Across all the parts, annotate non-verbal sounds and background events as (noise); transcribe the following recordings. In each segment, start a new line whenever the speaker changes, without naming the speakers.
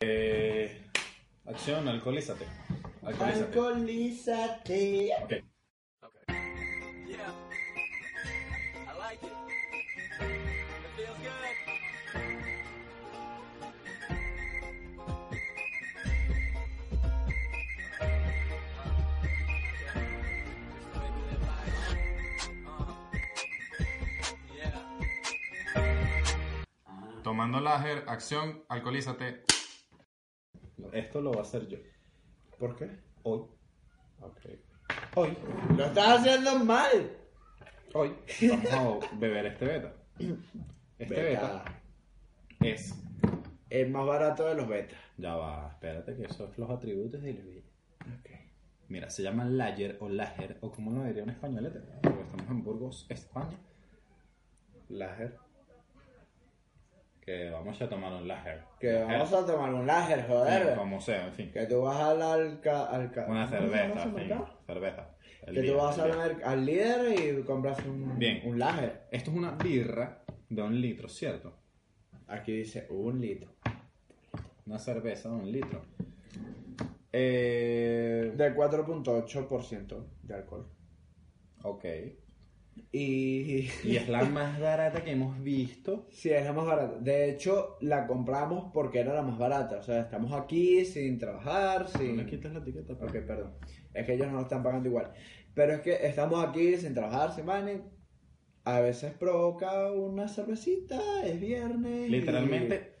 Eh, acción, alcoholízate. Alcoholízate.
Alcoholízate.
Ok.
Yeah. I like it. It feels good.
Tomando lager, acción, alcoholízate.
Esto lo va a hacer yo.
¿Por qué?
Hoy.
Ok. Hoy.
Lo
Estás haciendo mal.
Hoy vamos a beber este beta. Este beta,
Beta.
es.
El más barato de los betas.
Ya va, espérate que esos son los atributos del beta.
Okay.
Mira, se llama Lager o Lager, o como lo diría un españolete, porque estamos en Burgos, España. Lager. Que vamos a tomar un Lager.
Que vamos a tomar un lager,
Eh. Sí,
joder.
Como sea, en fin.
Que tú vas al alca... alca
Una
¿cómo se llama
cerveza,
ese
en fin.
mercado?
Cerveza. El
Que
beer,
tú vas
el
al,
beer.
mer- al líder y compras un,
Bien.
un lager.
Esto es una birra de un litro, ¿cierto?
Aquí dice un litro.
Una cerveza de un litro. Eh,
De 4.8% de alcohol.
ok.
Y
Y es la más barata que hemos visto.
sí, es la más barata. De hecho, la compramos porque era la más barata. O sea, estamos aquí sin trabajar, sin...
No le quites la etiqueta. pues.
Ok, perdón. Es que ellos no nos están pagando igual. Pero es que estamos aquí sin trabajar, sin money. A veces provoca una cervecita, es viernes. y-
Literalmente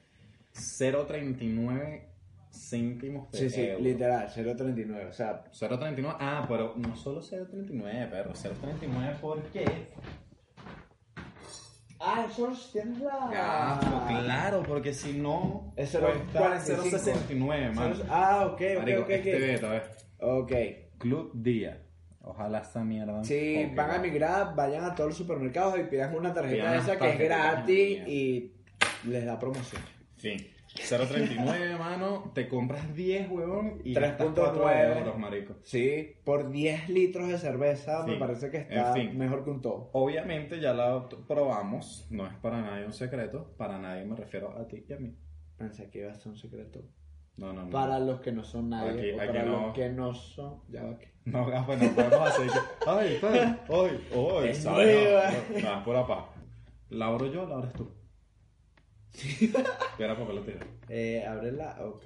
0.39 céntimos de
Sí, sí,
euro.
literal, 0.39. O sea,
0.39, ah, pero no solo 0.39, perro, 0.39 porque...
Ah, eso tienes la.
Gasto,
Ah,
claro, porque si no...
Es 0.45.
cuesta 0.69, man.
Eso- Ah, ok, ok,
Marico,
ok.
este
ok.
beta, a ver.
Ok.
Club Día. Ojalá esta mierda.
Si
Ok,
van a
va.
migrar, vayan a todos los supermercados y pidan una tarjeta
Pidan
de
las
esa que es
tarjetas,
gratis
mía.
y les da promoción.
Fin. 0.39, mano. Te compras 10, huevón. Y
3.9.
3.9 euros, marico.
Sí, por 10 litros de cerveza me
Sí.
parece que está
En fin.
mejor que un todo.
Obviamente ya la t- probamos. No es para nadie un secreto. Para nadie me refiero a ti y a mí.
Pensé que iba a ser un secreto.
No, no, no.
Para los que no son nadie,
Aquí-
o
aquí
para
no.
los que no son. Ya va aquí.
No, gafo, no podemos hacer que... Ay, ay, ay, ay.
Es
¿sabes? No, no, es pura paja. La abro yo, la abres tú. Piedra, papel o tijera.
Eh, ábrela, ok.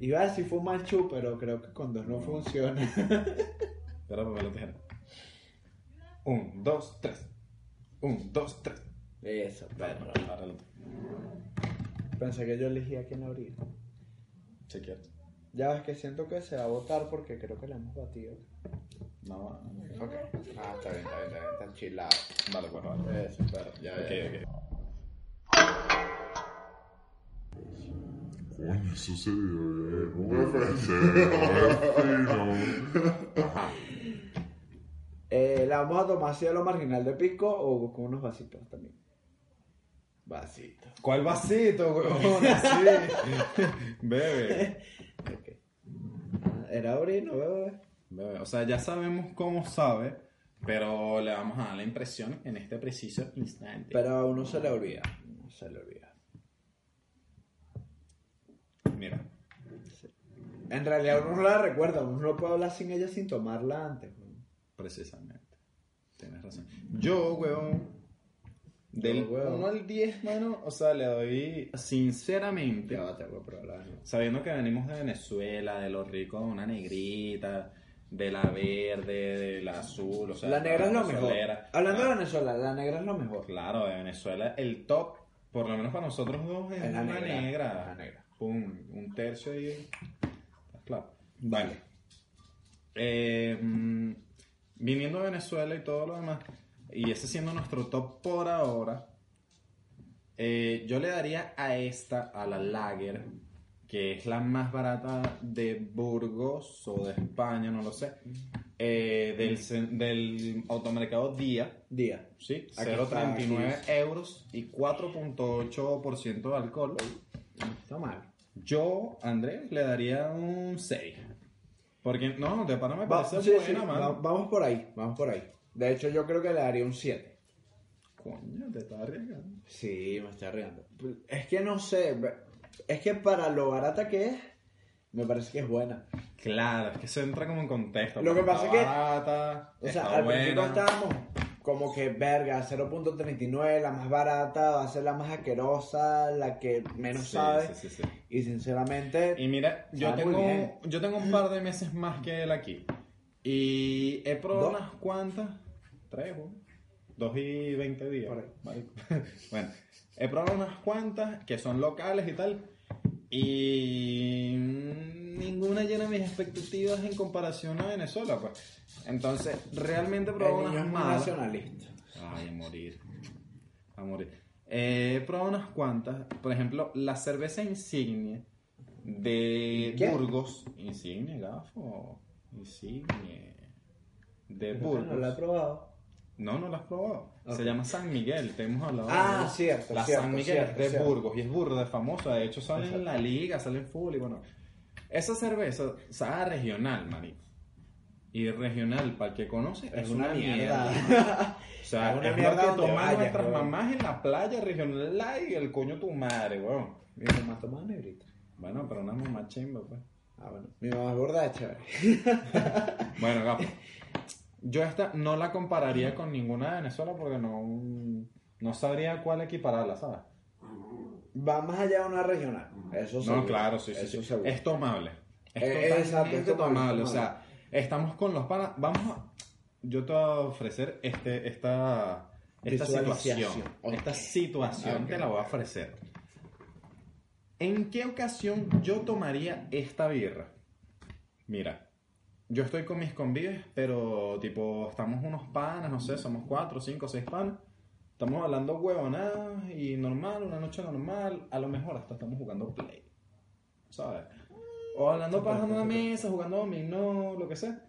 Iba a decir fue un manchú, pero creo que con dos no,
No.
funciona. (laughs)
Piedra, papel o tijera. Un, dos, tres. Un, dos, tres.
Eso,
Bueno,
perro.
ahora lo-
Pensé que yo elegía quién abrir.
si quieres.
Ya ves que siento que se va a votar porque creo que la hemos batido.
No, no.
Ok. Ah, está bien, está bien, está bien. Está chilado.
Vale, pues vale.
Eso, perro. Ya, ya,
Ok,
ya.
ok.
Coño, eso se dio bien. Un FC,
Eh, la vamos a tomar así a lo marginal de pico o con unos vasitos
(laughs)
también. Vasitos.
¿Cuál vasito, huevón? Así. Bebe.
Ok. Ah, Era abrir, no veo.
Bebe. O sea, ya sabemos cómo sabe, pero le vamos a dar la impresión en este preciso instante.
Pero a uno se le olvida. No se le olvida.
Mira.
En realidad uno no la recuerda, uno no puede hablar sin ella sin tomarla antes. ¿no?
Precisamente. Tienes razón. Yo, huevón, del
Yo, huevón.
1 al 10, mano, o sea, le doy sinceramente,
Ya va, te voy a probar. ¿no?
sabiendo que venimos de Venezuela, de lo rico de una negrita, de la verde, de la azul, o sea,
La negra es lo mejor.
venezolera.
Hablando de
Claro,
Venezuela, la negra es lo mejor.
Pues Claro, de Venezuela, el top, por lo menos para nosotros dos, es,
Es la
una
negra,
negra.
la negra.
Pum, un tercio y... estás Claro.
Vale.
Eh, mm, viniendo de Venezuela y todo lo demás, y ese siendo nuestro top por ahora, eh, yo le daría a esta, a la Lager, que es la más barata de Burgos o de España, no lo sé, eh, del, cen- del automercado Día,
Día.
¿sí?
Aquí está,
0,39
aquí.
euros y 4.8% de alcohol.
Está mal.
Yo, Andrés, le daría un 6. Porque, no, de pana me
Va-
parece
sí, sí,
buena,
va-
mano.
vamos por ahí, vamos por ahí. De hecho, yo creo que le daría un 7.
Coño, te estás arriesgando.
Sí, me estoy riendo. Es que no sé, ve- es que para lo barata que es, me parece que es buena.
Claro, es que se entra como en contexto.
Lo que
porque
pasa
está
es que-
barata,
O sea,
está
al principio
buena.
estábamos como que verga, 0.39, la más barata, va a ser la más asquerosa, la que menos
Sí,
sabe.
sí, sí, sí.
Y sinceramente,
Y mira, yo
Está muy bien.
tengo, yo tengo un par de meses más que él aquí. Y he probado
Dos.
unas cuantas. Tres, bueno, Dos y veinte días.
Por ahí.
marico. (laughs) bueno, he probado unas cuantas que son locales y tal. Y mm, ninguna llena mis expectativas en comparación a Venezuela, pues. Entonces, realmente he probado
el niño es
unas
muy
malas.
nacionalista.
Ay, a morir. A morir. Eh, he probado unas cuantas. Por ejemplo, la cerveza insignia de
¿Qué?
Burgos. Insignia, gafo. Insignia. De
No la he
Burgos.
probado.
No, no la has probado.
Ok.
Se llama San Miguel, te hemos hablado.
Ah,
¿no?
cierto,
La
cierto,
San Miguel es
cierto,
de
cierto.
Burgos y es burda, es famosa. De hecho, sale en la liga, sale en full y bueno. Esa cerveza sabe a regional, marico. Y regional, para el que conoce, es, una, mierda. (laughs) O sea,
Es
es
una
lo
mierda
que
donde
toman
vayas,
nuestras
weón.
mamás en la playa regional ay, el coño tu madre, weón.
Mi mamá toma negrita.
Bueno, pero una mamá chimba, pues.
Ah, bueno. Mi mamá es gorda, es chévere.
Bueno,
(laughs)
gapo. Yo esta no la compararía con ninguna de Venezuela porque no, no sabría cuál equipararla, ¿sabes?
Va más allá de una regional. Eso seguro.
No, claro, sí, sí.
Eso
sí.
seguro.
Es tomable. Es
Eh,
totalmente
exacto, es tomable,
tomable. O
tomable.
sea, estamos con los panas. Vamos a. Yo te voy a ofrecer este, esta, esta
Visualización.
situación. Esta situación te la voy a ofrecer. ¿En qué ocasión yo tomaría esta birra? Mira, yo estoy con mis convives, pero tipo, estamos unos panas, no sé, somos cuatro, cinco, seis panas. Estamos hablando huevonadas y normal, una noche normal. A lo mejor hasta estamos jugando play. ¿Sabes? O hablando para una mesa, jugando dominó, lo que sea.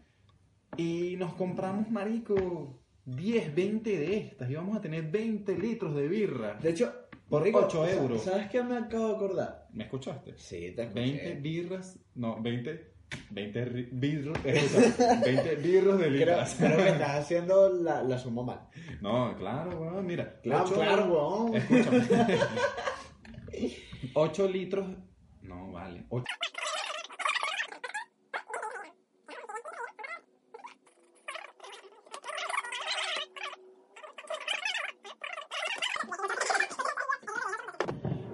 Y nos compramos, marico, 10, 20 de estas. Y vamos a tener 20 litros de birra.
De hecho,
Por
Rico,
ocho
o sea,
euros.
¿Sabes qué me acabo de acordar?
¿Me escuchaste?
Sí, te
20 birras, no, 20, 20 ri- (laughs) birros, escucha, 20 birros de
Creo,
litras. (laughs)
creo que estás haciendo la, la suma mal.
No, claro, weón, mira.
Claro,
ocho-
claro,
(laughs)
weón.
Escúchame. 8 litros, no, vale. ocho-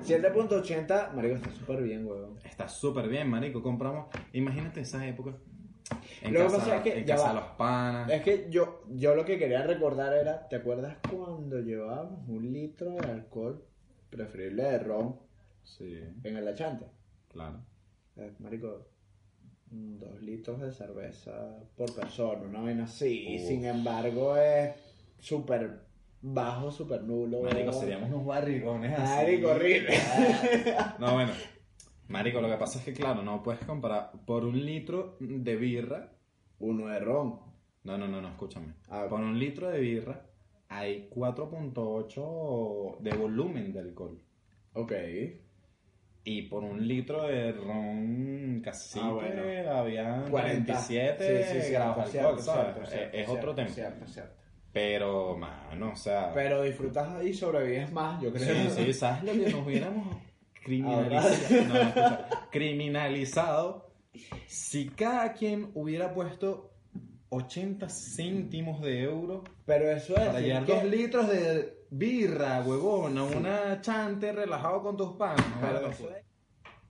7.80, marico, está súper bien, weón.
Está súper bien, marico, compramos, imagínate esa época. En
Lo que
casa,
pasa es que-
en
ya
casa
va.
de los panas.
Es que yo, yo lo que quería recordar era, ¿te acuerdas cuando llevábamos un litro de alcohol, preferible de ron,
Sí,
en el achante?
claro.
Eh, Marico, mm, dos litros de cerveza por persona, una vaina así. y
Uf.
Sin embargo, es súper bajo, súper nulo.
Marico, seríamos unos barrigones así. Ah.
Marico, horrible.
No, bueno. Marico, lo que pasa es que, claro, no puedes comprar por un litro de birra.
(laughs) Uno de ron.
No, no, no, no, escúchame.
Ah.
Por un litro de birra hay 4.8 de volumen de alcohol.
Ok.
Y por un litro de ron casi
Ah, bueno.
que había 47
Sí, sí, sí,
grados de
cierto,
alcohol,
cierto,
¿sabes? Eh,
cierto,
es es otro
cierto,
tema.
cierto, cierto.
Pero, mano, o sea...
Pero disfrutas y sobrevives más, yo creo.
Sí, sí, ¿sabes lo que nos
(laughs)
hubiéramos criminalizado? No, no, escucha. criminalizado si cada quien hubiera puesto 80 céntimos de euro
Pero eso es.
para
sí,
llevar
que-
dos litros de birra, huevón, a una chante relajado con tus panos.
pero
¿verdad?
eso es-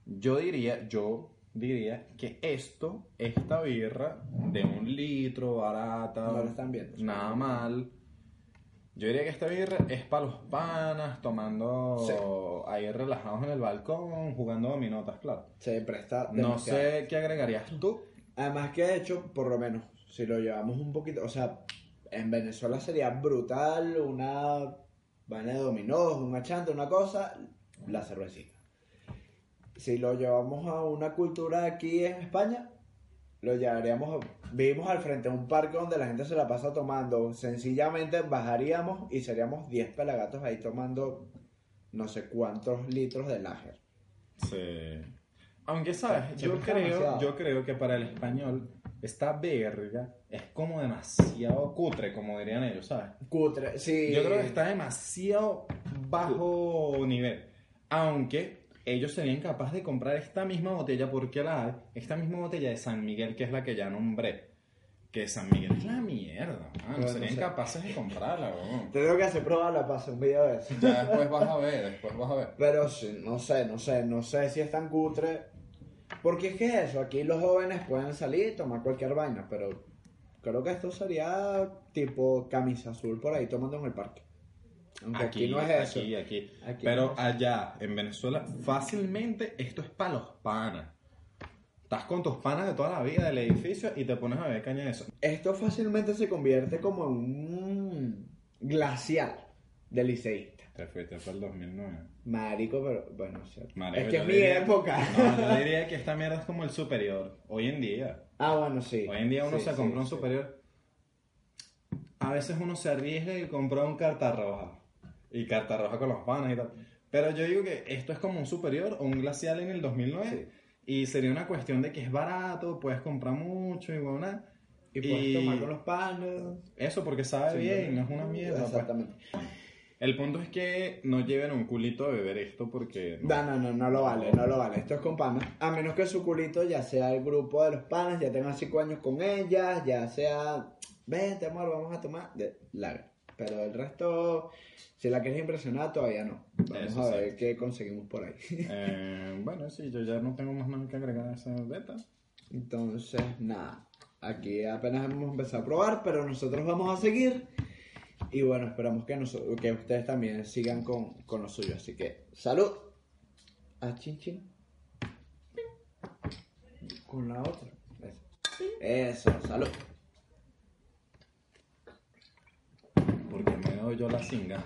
Yo diría, yo diría que esto, esta birra de un litro, barata,
No lo están viendo.
nada mal. Yo diría que esta birra es para los panas, tomando ahí relajados en el balcón, jugando dominotas, claro.
Se presta.
No
Ah, demasiado.
sé qué agregarías tú.
Además que de hecho, por lo menos, si lo llevamos un poquito, o sea, en Venezuela sería brutal una vaina de dominós, un machante, una cosa, la cervecita. si lo llevamos a una cultura aquí en España, lo llevaríamos, a- vivimos al frente de un parque donde la gente se la pasa tomando. Sencillamente bajaríamos y seríamos 10 pelagatos ahí tomando no sé cuántos litros de lager.
Sí. Aunque, ¿sabes?
Se
Yo
busca
creo,
demasiado.
yo creo que para el español esta verga es como demasiado cutre, como dirían ellos, ¿sabes?
Cutre, sí.
Yo creo que está demasiado bajo nivel. Aunque ellos serían capaces de comprar esta misma botella, porque la hay, esta misma botella de San Miguel, que es la que ya nombré. Que San Miguel es la mierda, mano.
Bueno,
serían
sí.
capaces de comprarla, weón.
(laughs) Te tengo que hacer prueba la pase un video de eso.
Ya después vas a ver, después vas a ver.
Pero sí, no sé, no sé, no sé si es tan cutre. Porque es que es eso, aquí los jóvenes pueden salir y tomar cualquier vaina, pero creo que esto sería tipo camisa azul por ahí tomando en el parque. Aunque aquí, no es eso.
Aquí, aquí.
Aquí
Pero
no es-
allá, en Venezuela, fácilmente esto es para los panas. Estás con tus panas de toda la vida del edificio y te pones a beber caña de eso.
Esto fácilmente se convierte como en un glacial de liceísta.
Te fuiste para el 2009.
Marico, pero bueno, o sea,
Marico,
es que
yo
es mi
diría-
época.
Ah,
(laughs)
No, yo diría que esta mierda es como el superior. Hoy en día.
ah, bueno, sí.
Hoy en día uno
Sí,
se
sí,
compra un
sí.
superior. A veces uno se arriesga y compra un carta roja. Y carta roja con los panas y tal. Pero yo digo que esto es como un superior o un glacial en el 2009. Y sería una cuestión de que es barato, puedes comprar mucho y bueno,
Y puedes
y-
tomar con los palos.
Eso porque sabe bien, no es una mierda. pues.
Exactamente.
El punto es que no lleven un culito a beber esto porque... no.
No, no, no, no lo vale, no lo vale. Esto es con panas. A menos que su culito ya sea el grupo de los panas, ya tengan cinco años con ellas, ya sea. Vente, amor, vamos a tomar. De lager. Pero el resto, si la quieres impresionar, todavía no. Vamos
Eso
a ver qué conseguimos por ahí. (laughs)
Eh, bueno, sí, yo ya no tengo más nada que agregar a esa beta.
Entonces, nada. Aquí apenas hemos empezado a probar, pero nosotros vamos a seguir. Y bueno, esperamos que, noso- que ustedes también sigan con, con lo suyo. Así que, salud. A chin chin. Con la otra. Eso. Eso, salud.
Porque me doy yo la singa.